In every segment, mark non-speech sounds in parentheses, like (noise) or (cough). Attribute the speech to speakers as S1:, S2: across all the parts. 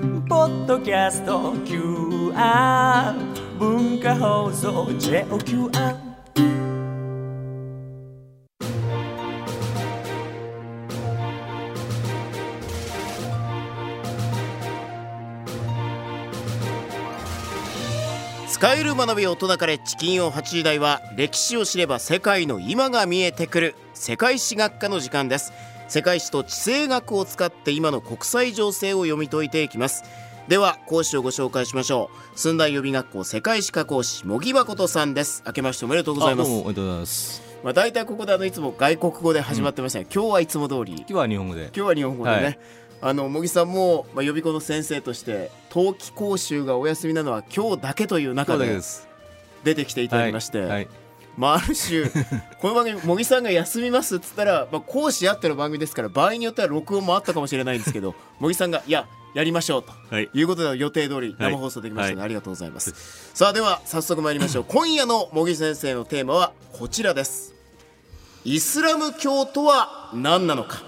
S1: ッドキャスト QR 文化放送 JOQR
S2: 使える学び大人カレッジ金曜8時台は歴史を知れば世界の今が見えてくる世界史学科の時間です世界史と地政学を使って今の国際情勢を読み解いていきますでは講師をご紹介しましょう寸大予備学校世界史科講師茂木誠さんです明けましておめでとうございま
S3: あどうもお
S2: す
S3: めでとうございます。
S2: まあ大体ここであのいつも外国語で始まってましたが、今日はいつも通り今
S3: 今日は日本語で。
S2: 日は日本語でね、
S3: はい
S2: あの茂木さんも、まあ、予備校の先生として冬季講習がお休みなのは今日だけという
S3: 今
S2: 中
S3: 日だけ
S2: で
S3: です。
S2: 出てきていただきまして、
S3: はいはい
S2: まあ、ある種この番組茂木さんが休みますっつったら、まあ、講師あっての番組ですから場合によっては録音もあったかもしれないんですけ
S3: (laughs)
S2: ど茂木さんがいややりましょうと、
S3: はい
S2: い、うことで予定通り
S3: はい
S2: 生放送できましたので、
S3: は
S2: ありがとうございます、さあでは早速参りま
S3: (laughs)
S2: しょう今夜の茂木先生のテーマはこちらですイスラム教とは何なのか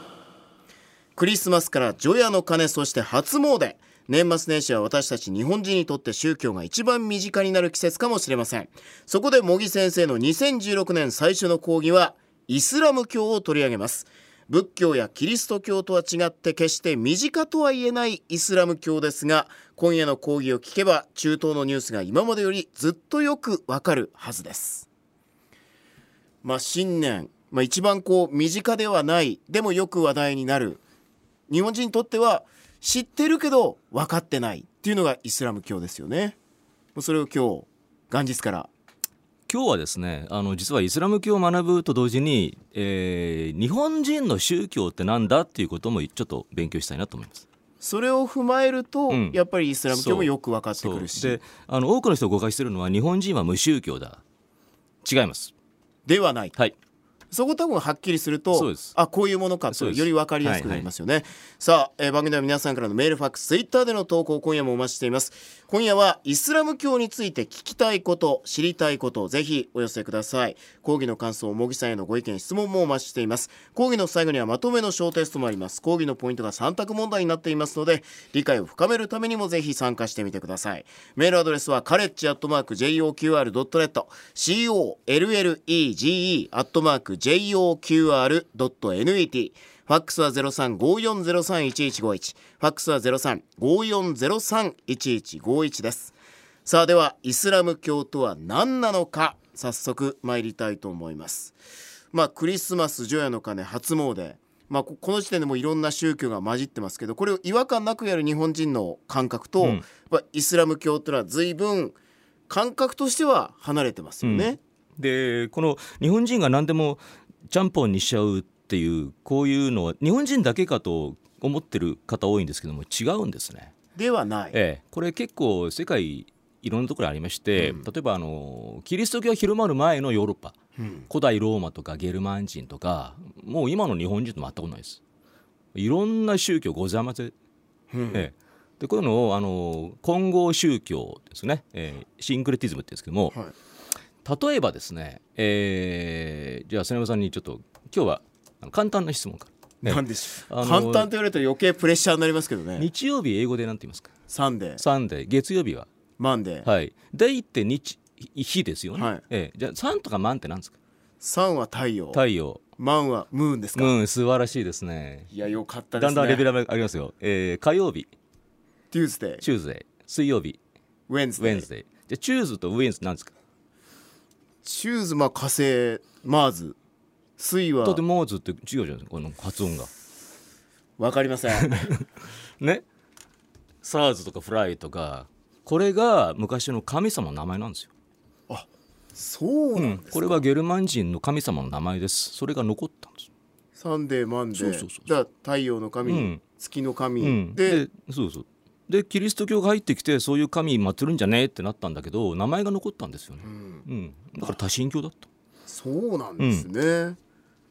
S2: クリスマスから除夜の鐘そして初詣年末年始は私たち日本人にとって宗教が一番身近になる季節かもしれませんそこで茂木先生の2016年最初の講義はイスラム教を取り上げます仏教やキリスト教とは違って決して身近とは言えないイスラム教ですが今夜の講義を聞けば中東のニュースが今までよりずっとよくわかるはずですまあ、新年、まあ、一番こう身近ではないでもよく話題になる日本人にとっては知ってるけど分かってないっていうのがイスラム教ですよね。もうそれを今日元日から
S3: 今日はですね、あの実はイスラム教を学ぶと同時に、えー日本人の宗教ってなんだっていうこともちょっと勉強したいなと思います。
S2: それを踏まえると、
S3: ん
S2: やっぱりイスラム教
S3: そ
S2: も
S3: う
S2: よく分かって
S3: そ
S2: く
S3: う
S2: るし
S3: で
S2: で、
S3: あの多くの人が誤解してるのは日本人は無宗教だ。違います。
S2: はない
S3: はい。
S2: そこ多分はっきりすると
S3: そうです
S2: あこういうものかと
S3: そうです
S2: より分かりやすくなりますよね、さあ、えー番組では皆さんからのメールファックスツイッターでの投稿今夜もお待ちしています今夜はイスラム教について聞きたいこと知りたいことぜひお寄せください講義の感想茂木さんへのご意見質問もお待ちしています講義の最後にはまとめの小テストもあります講義のポイントが3択問題になっていますので理解を深めるためにもぜひ参加してみてくださいメールアドレスはカレッジアットマーク JOQR.net COLLEGE アットマーク JOQR.net ファックスは0354031151ファックスは0354031151ですさあではイスラム教とは何なのか早速参りたいと思いますまあクリスマス除夜の鐘初詣まあここの時点でもういろんな宗教が混じってますけどこれを違和感なくやる日本人の感覚と、
S3: ん
S2: やっぱイスラム教ってのは随分感覚としては離れてますよね、
S3: でこの日本人が何でもちゃんぽんにしちゃうっていうこういうのは日本人だけかと思ってる方多いんですけども違うんですね。
S2: ではない、
S3: ええ、これ結構世界いろんなところありまして、例えばあのキリスト教が広まる前のヨーロッパ、
S2: うん
S3: 古代ローマとかゲルマン人とかもう今の日本人と全くないですいろんな宗教ございません、
S2: うん
S3: ええ、でこういうのをあの混合宗教ですね、ええシンクレティズムって言うんですけども、
S2: はい
S3: 例えばですね、ええじゃあ瀬山さんにちょっと今日はあの簡単な質問から
S2: なんでしょう、
S3: あの
S2: 簡単と言われたら余計プレッシャーになりますけどね
S3: 日曜日英語で何て言いますか
S2: サンデー
S3: サンデー月曜日は
S2: マンデー、
S3: はい、デイって日日日ですよね、
S2: はい
S3: ええ、じゃあ3とか満って何ですか
S2: サンは太陽
S3: 太陽
S2: マンはムーンですか、
S3: うん素晴らしいですね
S2: いやよかったで
S3: だ
S2: す
S3: ん
S2: ね
S3: だんレベル上がりますよ、えー、火曜日
S2: テューズデー
S3: チューズデー水曜日
S2: ウェンズ
S3: ウ
S2: デ
S3: ェ
S2: ー
S3: ンズデーじゃあチューズとウェンズなんですか
S2: チューズまあ火星マーズ水は
S3: とてもずっと違うじゃないですかこの発音が
S2: わかりません
S3: (laughs) ねサーズとかフライとかこれが昔の神様の名前なんですよ、
S2: そうな
S3: う
S2: んんです、
S3: これはゲルマン人の神様の名前ですそれが残ったんです
S2: サンデーマンデー
S3: そうそうそう
S2: だから太陽の神、
S3: うん
S2: 月の神、
S3: うん、
S2: で
S3: でそうそうでキリスト教が入ってきてそういう神祀るんじゃねえってなったんだけど名前が残ったんですよね、うんだから多神教だっ
S2: そうなんですね、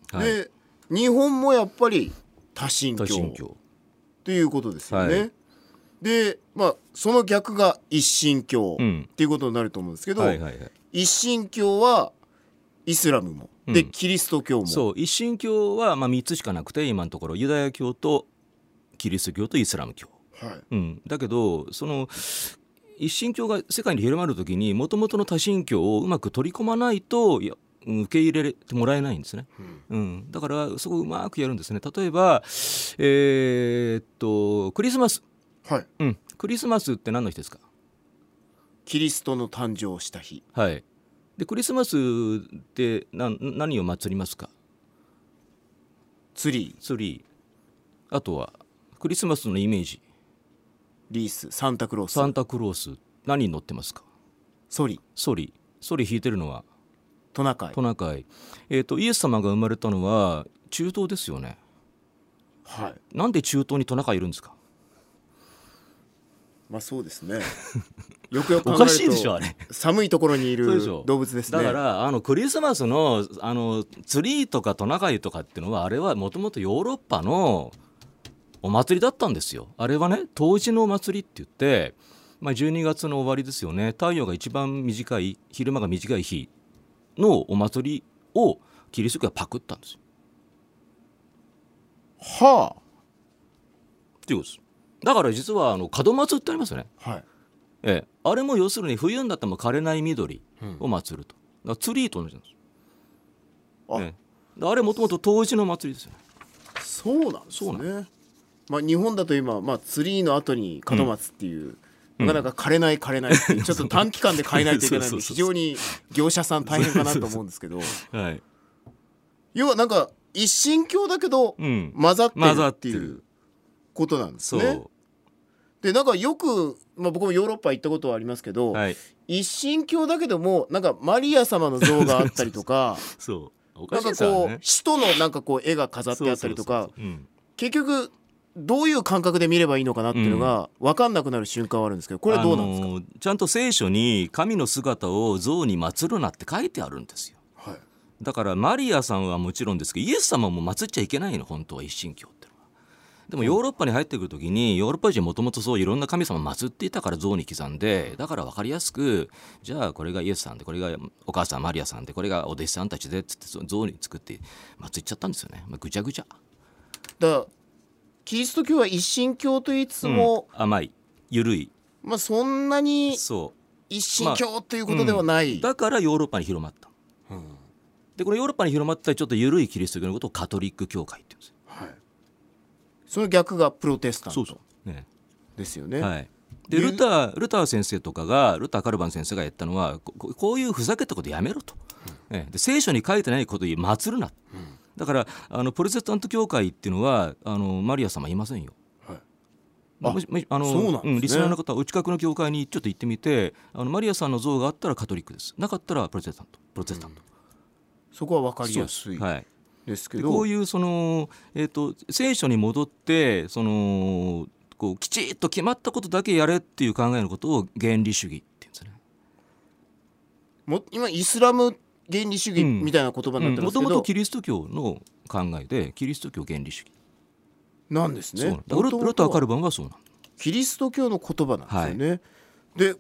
S3: た、はい、
S2: で日本もやっぱり多神
S3: 多
S2: 教
S3: 神教
S2: ということですよね。
S3: はい
S2: でまあその逆が一神教
S3: うん
S2: っていうことになると思うんですけど、
S3: はいはいはい
S2: 一神教はイスラムも、で
S3: うん
S2: キリスト教も
S3: そう一神教はまあ3つしかなくて今のところユダヤ教とキリスト教とイスラム教
S2: はい
S3: うん、だけどその一神教が世界に広まるときにもともとの多神教をうまく取り込まないといやうん受け入れてもらえないんですね、うんだからそこをうまくやるんですね例えばえーっとクリスマス、
S2: はい
S3: うん、クリスマスって何の日ですか
S2: キリストの誕生した日
S3: はいでクリスマスって何何を祭りますか
S2: ツリー
S3: ツリーあとはクリスマスのイメージ
S2: リースサンタクロース
S3: サンタクロース何に乗ってますか
S2: ソリ
S3: ソリソリ引いてるのは
S2: トナカイ
S3: トナカイ、えー、とイエス様が生まれたのは中東ですよね
S2: はい
S3: なんで中東にトナカイいるんですか
S2: まあそうですね (laughs) よくよく考えると
S3: おかしいでしょあれ
S2: 寒いところにい
S3: そう
S2: る
S3: でしょ
S2: 動物ですね
S3: だからあのクリスマスのあのツリーとかトナカイとかっていうのはあれはもともとヨーロッパのお祭りだったんですよあれはね冬至のお祭りって言って、まあ、12月の終わりですよね太陽が一番短い昼間が短い日のお祭りをキリスト教がパクったんですよ
S2: は
S3: っていうことですだから実はあの門松ってありますよね
S2: あはい
S3: ええ、あれも要するに冬になっても枯れない緑を祭ると、だからツリーと同じなんです
S2: あ
S3: よ、ええであれもともと冬至の祭りですよね
S2: そうなんです
S3: そう
S2: ねまあ日本だと今まあツリーの後に門松っていう、なかなか枯れない枯れないって
S3: (laughs)
S2: いうちょっと短期間で変えないといけないので
S3: そ
S2: 非
S3: うそ
S2: 常
S3: うそうそ
S2: に業者さん大変かなと思うんですけど
S3: はい、
S2: 要はなんか一神教だけど
S3: うん
S2: 混ざってる
S3: 混ざ
S2: っ
S3: ってて
S2: いう
S3: る
S2: ことなんです
S3: そう、
S2: ね。でなんかよく、まあ、僕もヨーロッパ行ったことはありますけど、
S3: はい
S2: 一神教だけどもなんかマリア様の像があったりとか
S3: (laughs) そうお
S2: な
S3: か
S2: ん
S3: しい
S2: か
S3: ですよ
S2: こう
S3: ね
S2: 使徒のなんかこう絵が飾ってあったりとか
S3: そうそうそうそううん
S2: 結局どういう感覚で見ればいいのかなっていうのが分かんなくなる瞬間はあるんですけどこれはどうなんですか、
S3: あのーちゃんと聖書に神の姿を像に祀るなって書いてあるんですよ
S2: はい、
S3: だからマリアさんはもちろんですけどイエス様も祀っちゃいけないの本当は一神教ってのはでもヨーロッパに入ってくる時にヨーロッパ人もともとそういろんな神様祀っていたから像に刻んでだから分かりやすくじゃあこれがイエスさんでこれがお母さんマリアさんでこれがお弟子さんたちでっつってそう像に作って祀っちゃったんですよね、まあ、ぐちゃぐちゃ
S2: だからキリスト教は一神教と言いつつも、
S3: うん甘い緩い
S2: まあ、そんなに
S3: そう
S2: 一神教ということではない、
S3: だからヨーロッパに広まった、でこのヨーロッパに広まったちょっと緩いキリスト教のことをカトリック教会って言うんですよ
S2: その逆がプロテスタント
S3: うね
S2: ですよね。
S3: はい、で
S2: で
S3: ルタールター先生とかがルター・カルバン先生がやったのはこここういうふざけたことやめろと、ええで聖書に書いてないことを祀るな、だからあのプロテスタント教会っていうのはあのマリア様いませんよ。
S2: はいあ
S3: もしもしあの
S2: そうなんですね
S3: リスナーの方はお近くの教会にちょっと行ってみてあのマリアさんの像があったらカトリックですなかったらプロテスタントプロテスタント、
S2: そこは分かりやすい
S3: はい、
S2: ですけ
S3: で
S2: ど、
S3: こういうその、えー、と聖書に戻ってそのこうきちっと決まったことだけやれっていう考えのことを原理主義っていうんですね。
S2: も今イスラム原理主義
S3: うん
S2: みたいな言葉になってま
S3: も
S2: す
S3: と
S2: け
S3: も
S2: ど、
S3: とキリスト教の考えでキリスト教原理主義、
S2: なんです
S3: そう
S2: ね
S3: だからルルター・カ
S2: ル
S3: ルバンはそうなん
S2: キリスト教の言葉なんですよね、で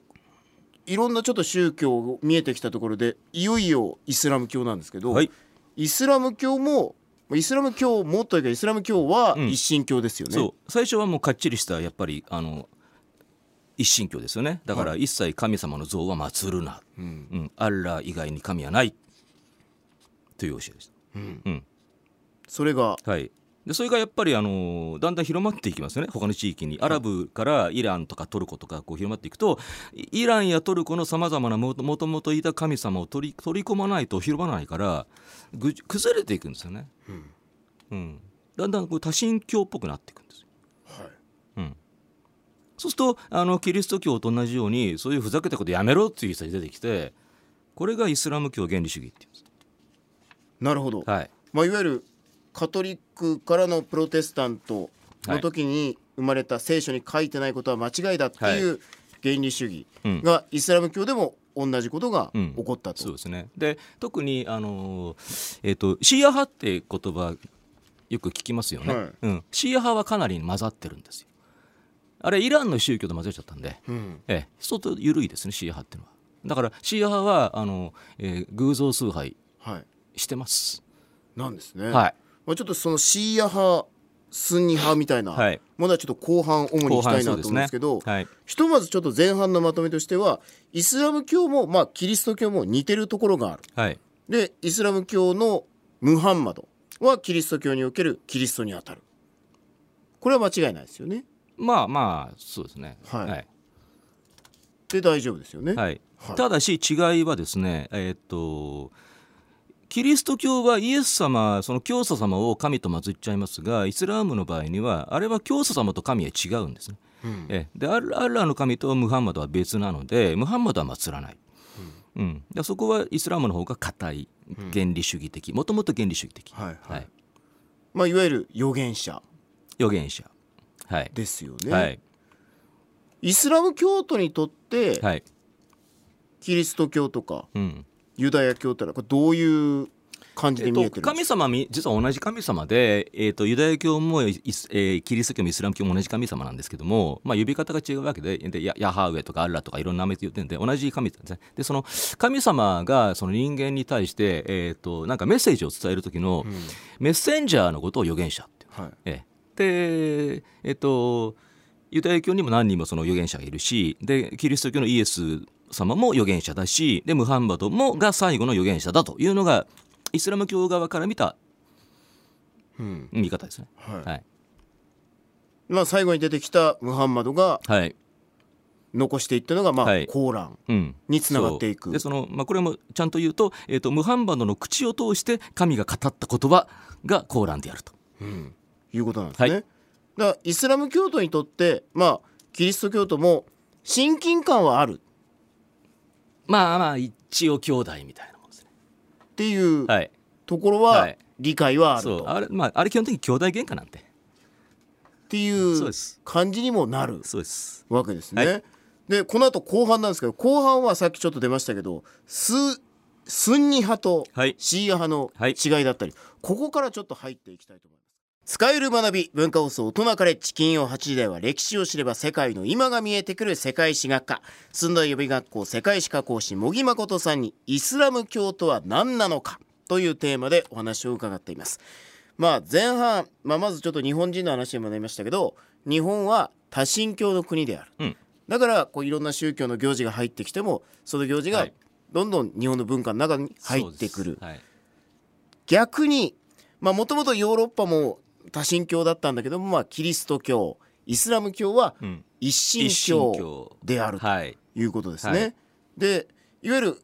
S2: いろんなちょっと宗教見えてきたところでいよいよイスラム教なんですけど、
S3: はい
S2: イスラム教もイスラム教もというかイスラム教は
S3: うん
S2: 一神教ですよね、
S3: そう最初はもうかっちりしたやっぱりあの一神教ですよねだから一切神様の像は祀るな、
S2: うん
S3: うん、アッラー以外に神はないという教えです。
S2: うん
S3: うん
S2: それが
S3: はい、でそれがやっぱり、あのーだんだん広まっていきますよね他の地域にアラブからイランとかトルコとかこう広まっていくとイイランやトルコのさまざまなもともともといた神様を取り取り込まないと広まらないからぐ崩れていくんですよね、うんだんだんこう多神教っぽくなっていくんですよ、
S2: はい
S3: うん、そうするとあのキリスト教と同じようにそういうふざけたことやめろっていう人が出てきてこれがイスラム教原理主義っていうんです
S2: なるほど、
S3: はい
S2: まあ、いわゆるカトリックからのプロテスタントの時に生まれた聖書に書いてないことは間違いだっていう原理主義
S3: うん
S2: がイスラム教でも同じことが
S3: うん
S2: 起こったと、
S3: そうですねで特にあのー、えー、とシーア派って言葉よく聞きますよね、
S2: はい
S3: うん、シーア派はかなり混ざってるんですよあれイランの宗教と混ぜちゃったんで、
S2: うん
S3: ええ、相当緩いですねシーア派っていうのはだからシーア派はあの、えー偶像崇拝
S2: はい
S3: してます、
S2: なんですね、
S3: はい
S2: まあ、ちょっとそのシーア派スンニ派みたいな、
S3: はい
S2: まだちょっと後半主に
S3: 後
S2: 行きた
S3: 半
S2: いなと思
S3: そうで
S2: う
S3: す
S2: んで
S3: ね
S2: すけど
S3: はい
S2: ひとまずちょっと前半のまとめとしてはイスラム教も、まあ、キリスト教も似てるところがある
S3: はい
S2: でイスラム教のムハンマドはキリスト教におけるキリストにあたるこれは間違いないですよね
S3: まあまあそうですね
S2: はい
S3: はい
S2: で大丈夫ですよね、
S3: はい
S2: はい
S3: ただし違いはですねえーっとキリスト教はイエス様その教祖様を神と祀っちゃいますがイスラームの場合にはあれは教祖様と神は違うんですね、
S2: うん
S3: ええでアルアッラーの神とムハンマドは別なのでムハンマドは祀らない、うんでそこはイスラームの方が固い原理主義的もともと原理主義的、
S2: はいはい
S3: はい、
S2: まあ、いわゆる預言者
S3: 預言者はい、
S2: ですよね、
S3: はい
S2: イスラム教徒にとって、
S3: はい
S2: キリスト教とか
S3: うん
S2: ユダヤ教ってのはこれどういう感じで見えてるんで
S3: 神
S2: すか、
S3: 様み実は同じ神様で、えー、とユダヤ教もイス、えーキリスト教もイスラム教も同じ神様なんですけども、まあ、呼び方が違うわけででヤヤハウェとかアッラとかいろんな名前言ってるんで同じ神様ですねでその神様がその人間に対して、えー、となんかメッセージを伝える時の、メッセンジャーのことを預言者って
S2: はい
S3: ええでえっとユダヤ教にも何人もその預言者がいるしでキリスト教のイエス様も預言者だしでムハンマドもが最後の預言者だというのがイスラム教側から見た
S2: うん
S3: 見方ですね。
S2: はい
S3: はい、
S2: まあ、最後に出てきたムハンマドが
S3: はい
S2: 残していったのが、まあ
S3: はい
S2: コーラン
S3: うん
S2: につながっていく
S3: そうでその、まあ、これもちゃんと言うと,、えっとムハンマドの口を通して神が語った言葉がコーランであると。
S2: いうことなんですね。
S3: はい
S2: だからイスラム教徒にとって、まあ、キリスト教徒も親近感はある
S3: まあまあ一応兄弟みたいなもんですね。
S2: っていう
S3: はい、
S2: ところ
S3: は
S2: はい理解はある
S3: そう
S2: と
S3: あれ,、まあ、あれ基本的に兄弟喧嘩なんて
S2: ってい
S3: そう
S2: う
S3: です
S2: 感じにもなる
S3: そうです。
S2: わけですね。
S3: は
S2: でこの後後半なんですけど後半はさっきちょっと出ましたけどススンニ派と
S3: はい
S2: シーア派の
S3: はい
S2: 違いだったり、ここからちょっと入っていきたいと思います。使える学び文化放送大人カレッジ金曜8時台は歴史を知れば世界の今が見えてくる世界史学科寸大予備学校世界史科講師茂木誠さんにイスラム教とは何なのかというテーマでお話を伺っていますまあ前半、まあ、まずちょっと日本人の話にもなりましたけど日本は多神教の国である、
S3: うん
S2: だからこういろんな宗教の行事が入ってきてもその行事
S3: は
S2: が
S3: い
S2: どんどん日本の文化の中に入ってくる、
S3: そうです
S2: 逆にもともとヨーロッパも多神教だったんだけども、まあ、キリスト教イスラム教は
S3: はいうん、
S2: 一神
S3: 一神教
S2: 教であると
S3: はい
S2: いうことですね。
S3: はい
S2: でいわゆる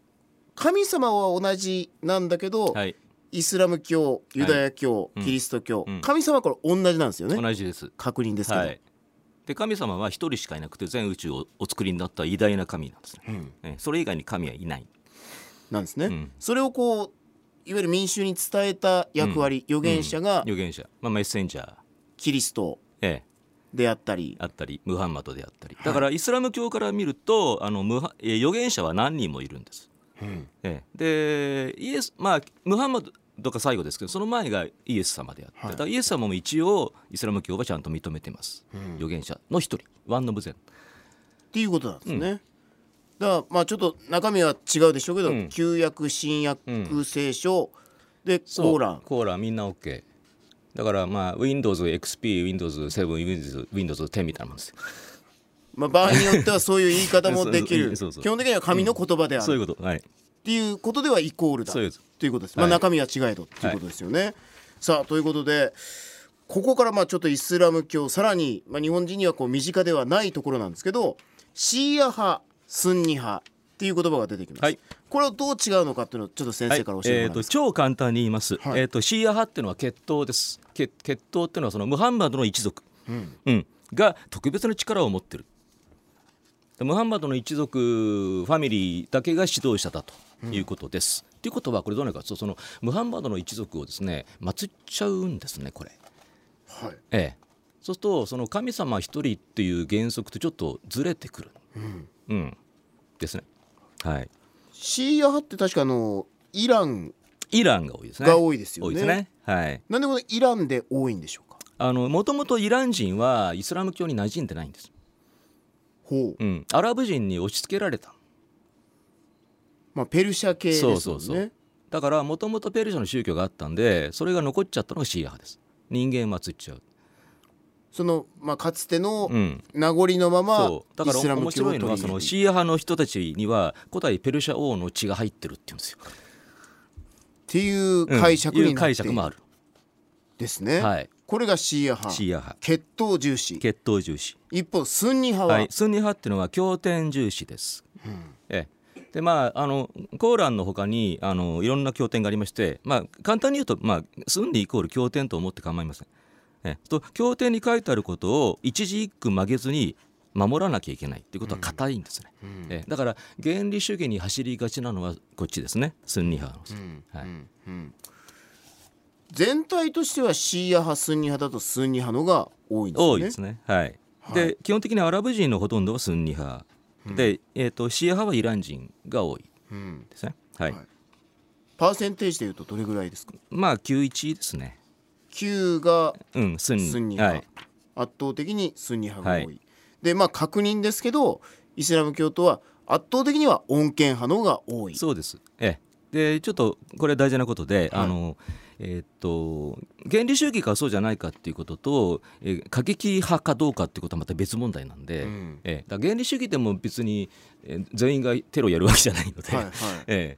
S2: 神様は同じなんだけど、
S3: はい、
S2: イスラム教ユダヤ教、
S3: うん
S2: キリスト教、
S3: うん
S2: 神様はこれ同じなんですよね
S3: 同じです。
S2: 確認ですけど、
S3: はい、で神様は一人しかいなくて全宇宙をお作りになった偉大な神なんですね。
S2: うん
S3: えそれ以外に神はいない。
S2: なんですね、
S3: うん
S2: それをこういわゆる民衆に伝えた役割、預言者が
S3: 預言者、まあ、メッセンジャー、
S2: キリスト
S3: ええ、
S2: であったり、
S3: あったりムハンマドであったりだからイスラム教から見るとあのムハ、えー預言者は何人もいるんです。ええ、でイエス、まあ、ムハンマドが最後ですけどその前がイエス様であって、
S2: はい
S3: だからイエス様も一応イスラム教はちゃんと認めてます、預言者の一人ワン・ノブ・ゼン。
S2: っていうことなんですね。だからまあちょっと中身は違うでしょうけど、
S3: うん
S2: 旧約新約聖書、で
S3: そう
S2: コーラン
S3: コーラみんな OK だからまあ WindowsXPWindowsWindowsWindows10 みたいなもんですよ
S2: まあ、場合によってはそういう言い方もできる
S3: (laughs) そうそうそうそう
S2: 基本的には神の言葉であ
S3: そうい
S2: る
S3: うことはい
S2: っていうことではイコールだ
S3: そうです
S2: ということです、
S3: はい
S2: まあ、中身は違えどっていうことですよね。さあということでここからまあちょっとイスラム教さらに、まあ、日本人にはこう身近ではないところなんですけどシーア派スンニ派っていう言葉が出てきます、
S3: はい
S2: これはどう違うのかっていうのをちょっと先
S3: はい
S2: 生から教えてもら
S3: え
S2: い
S3: ー、
S2: ま
S3: と
S2: すか、
S3: 超簡単に言います、
S2: はい
S3: えー、とシーア派っていうのは血統です血血統っていうのはそのムハンマドの一族、
S2: ん
S3: うんが特別な力を持ってるでムハンマドの一族ファミリーだけが指導者だということです、ということはこれどうなるかというとそのムハンマドの一族をですね祀っちゃうんですねこれ
S2: はい
S3: ええ、そうするとその神様一人っていう原則とちょっとずれてくる、うんですね、はい、
S2: シーア派って確かあのイラン
S3: イランが多いですね
S2: が多いですよね
S3: 多いですねはい
S2: なんでこのイランで多いんでしょうか
S3: あのもともとイラン人はイスラム教に馴染んでないんです、
S2: ほう、
S3: うん、アラブ人に押し付けられた
S2: まあ、ペルシャ系ですもんね
S3: そうそうそうだからもともとペルシャの宗教があったんでそれが残っちゃったのがシーア派です人間祀っちゃう
S2: その、まあ、かつての
S3: うん
S2: 名残のまま、
S3: そうだか
S2: イスラム
S3: ら面
S2: 教を
S3: 白
S2: 取り
S3: いの
S2: 入
S3: は
S2: れ
S3: そ
S2: てい
S3: の
S2: る
S3: シー派の人たちには古代ペルシャ王の血が入ってるって言うんですよ。
S2: っていう
S3: うん
S2: 解釈
S3: い
S2: になっ
S3: う
S2: て
S3: 解
S2: い
S3: 釈もある。
S2: ですね、
S3: はい
S2: これがシーア派
S3: シーア派
S2: 血統重視
S3: 血統重視。
S2: 一方スンニ派は、
S3: はい、スンニ派っていうのは経典重視です。ええでまあ、あのコーランの他にあのいろんな経典がありまして、まあ、簡単に言うと、まあ、スンニイコール経典と思って構いません。ええと経典に書いてあることを一字一句曲げずに守らなきゃいけないっていうことは固いんですね、ええだから原理主義に走りがちなのはこっちですねスンニ派の、はい
S2: 全体としてはシーア派スンニ派だとスンニ派のが多いんですね
S3: 多いですね。はい。で、基本的にアラブ人のほとんどはスンニ派、で、えっ、とシーア派はイラン人が多いですね。はい。
S2: はいパーセンテージでいうとどれぐらいですか
S3: まあ九一ですね。
S2: 9が
S3: うん、スンニ。
S2: スンニ
S3: は
S2: 派、
S3: い。
S2: 圧倒的にスンニ派が多い、
S3: はい
S2: でまあ確認ですけどイスラム教徒は圧倒的には穏健派の方が多い
S3: そうです。ええ。で、ちょっとこれ大事なことで、あの。えっと原理主義かそうじゃないかっていうことと、えー過激派かどうかっていうことはまた別問題なんで、
S2: ん
S3: ええだから原理主義でも別に、えー全員がテロやるわけじゃないので、
S2: はいはい
S3: (laughs) ええ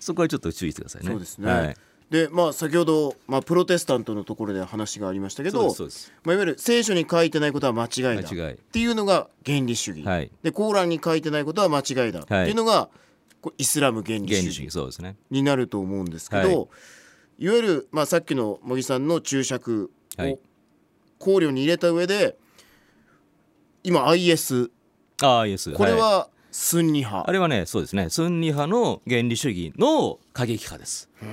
S3: そこはちょっと注意してくださいね。
S2: そうですね、
S3: はい、
S2: でまあ先ほど、まあ、プロテスタントのところで話がありましたけ
S3: そうで
S2: ど
S3: すそうです
S2: まあ、いわゆる聖書に書いてないことは間違いだ
S3: 間違い
S2: っていうのが原理主義、
S3: はい
S2: でコーランに書いてないことは間違いだっていうのが、こうイスラム原理
S3: 原
S2: 主
S3: 理主
S2: 義
S3: 義そうですね
S2: になると思うんですけど、
S3: はいい、
S2: わゆる、まあ、さっきの茂木さんの注釈
S3: は
S2: を
S3: い
S2: 考慮に入れた上で今 IS
S3: ああイエス
S2: これ
S3: い
S2: はスンニ
S3: あ
S2: 派、
S3: れはねそうですねスンニ派の原理主義の過激派です、はい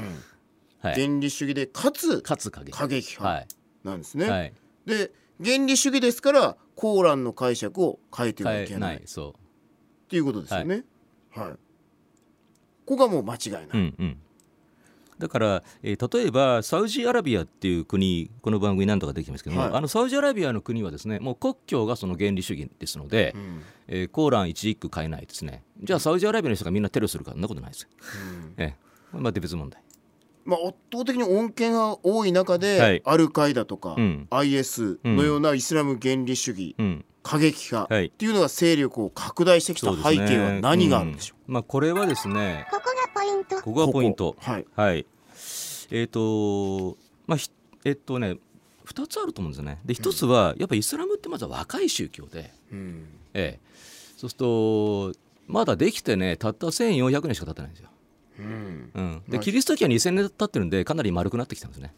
S2: 原理主義でかつ
S3: かつ過激
S2: 過激
S3: は
S2: 派
S3: い
S2: なんですね。
S3: はい
S2: で原理主義ですからコーランの解釈を変えてはい
S3: 変
S2: け
S3: え
S2: な
S3: ないいそ
S2: っていうことですよね。はい。ここがもう間違いな
S3: うう
S2: い。
S3: んうんだから、えー例えばサウジアラビアっていう国この番組何度かできてますけども、
S2: はい
S3: あのサウジアラビアの国はですねもう国教がその原理主義ですので、
S2: うん
S3: えーコーラン一字一句変えないですねじゃあサウジアラビアの人がみんなテロするからそんなことないですよ、ええまあ別問題
S2: まあ圧倒的に穏健派が多い中で、
S3: はい
S2: アルカイダとか、
S3: うん
S2: IS のようなイスラム原理主義、
S3: うん
S2: 過激派
S3: はい
S2: っていうのが勢力を拡大してきた
S3: そうです
S2: 背
S3: ね
S2: 景は何があるんでしょう。
S3: うんまあこれはですね
S4: ここがポイント
S3: ここがポイント
S2: ここはい。
S3: えっ、とまあひえっとね2つあると思うんですよねで1つはやっぱイスラムってまずは若い宗教で、
S2: うん
S3: ええ、そうするとまだできてねたった1400年しか経ってないんですよ、
S2: うん
S3: うん、
S2: ま
S3: で
S2: あ
S3: キリスト教は2000年経ってるんでかなり丸くなってきたんですね、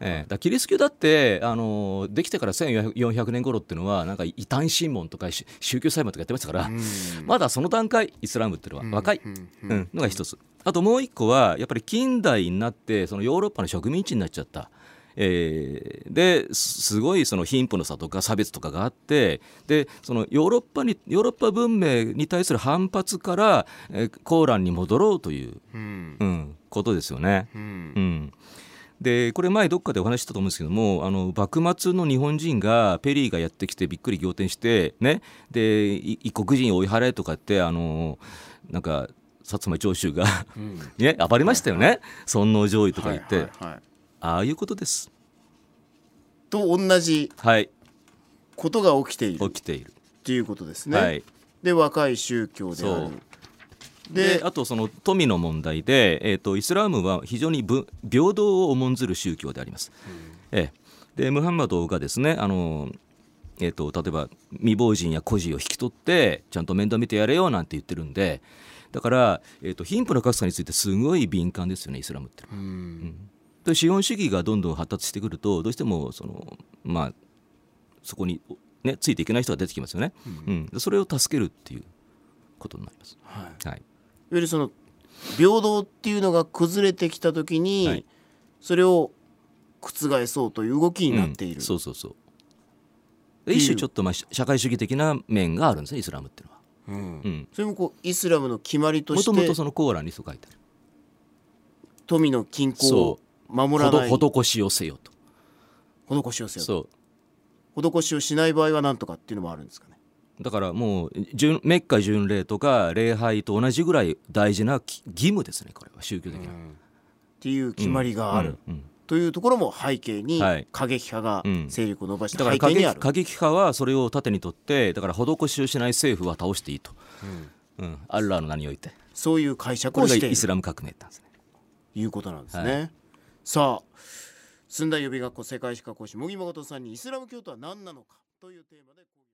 S3: ええ、だからキリスト教だって、あのできてから1400年頃っていうのはなんか異端審問とかし宗教裁判とかやってましたから、まだその段階イスラムっていうのは若い、うん、のが一つあともう一個はやっぱり近代になってそのヨーロッパの植民地になっちゃった、えーですすごいその貧富の差とか差別とかがあってでそのヨーロッパにヨーロッパ文明に対する反発から、えーコーランに戻ろうという、
S2: うん
S3: うん、ことですよね。
S2: うん
S3: うんでこれ前どっかでお話ししたと思うんですけどもあの幕末の日本人がペリーがやってきてびっくり仰天してねでい異国人追い払えとかってあのなんか薩摩長州が (laughs) ね暴れましたよね尊王攘夷とか言って、
S2: はいはいはい
S3: ああいうことです
S2: と同じ
S3: はい
S2: ことが起きている
S3: 起
S2: っ
S3: きている、
S2: ていうことですね。
S3: はい
S2: で若い宗教であ
S3: そう
S2: る。
S3: で
S2: で
S3: あとその富の問題で、えー、とイスラームは非常にぶ平等を重んずる宗教であります。ええでムハンマドがですねあの、えー、と例えば未亡人や孤児を引き取ってちゃんと面倒見てやれよなんて言ってるんでだから、えー、と貧富の格差についてすごい敏感ですよねイスラムってのは。で資本主義がどんどん発達してくるとどうしてもそのまあそこに、ね、ついていけない人が出てきますよね、うんでそれを助けるっていうことになります。
S2: はい
S3: はい
S2: いわゆるその平等っていうのが崩れてきた時に、
S3: はい
S2: それを覆そうという動きになっている、
S3: うんそうそうそうで一種ちょっとまあし社会主義的な面があるんですねイスラムっていうのは、
S2: うん
S3: うん、
S2: それもこうイスラムの決まりと
S3: も
S2: し
S3: ともと
S2: て
S3: そのコーランにそう書いてある
S2: 富の均衡を守らない
S3: ほど施しをせよと
S2: 施しをせよ
S3: そ
S2: 施しをしない場合はなんとかっていうのもあるんですかね
S3: うだからもう巡メッカ巡礼とか礼拝と同じぐらい大事なき義務ですねこれは宗教的な、
S2: っていう決まりがある、
S3: うん
S2: というところも背景に
S3: はい
S2: 過激派が
S3: うん
S2: 勢力を伸ばし
S3: だ
S2: た
S3: から
S2: 背
S3: 過
S2: 景
S3: 激
S2: にある、
S3: 過激派はそれを盾にとってだから施しをしない政府は倒していいと、うんアッラーの名において
S2: そういう解釈
S3: これ
S2: を
S3: が
S2: してい
S3: イ
S2: る
S3: スラム革命だったんですね
S2: ということなんですね。
S3: は
S2: さあ駿台予備学校世界史学講師茂木誠さんにイスラム教とは何なのかというテーマで講義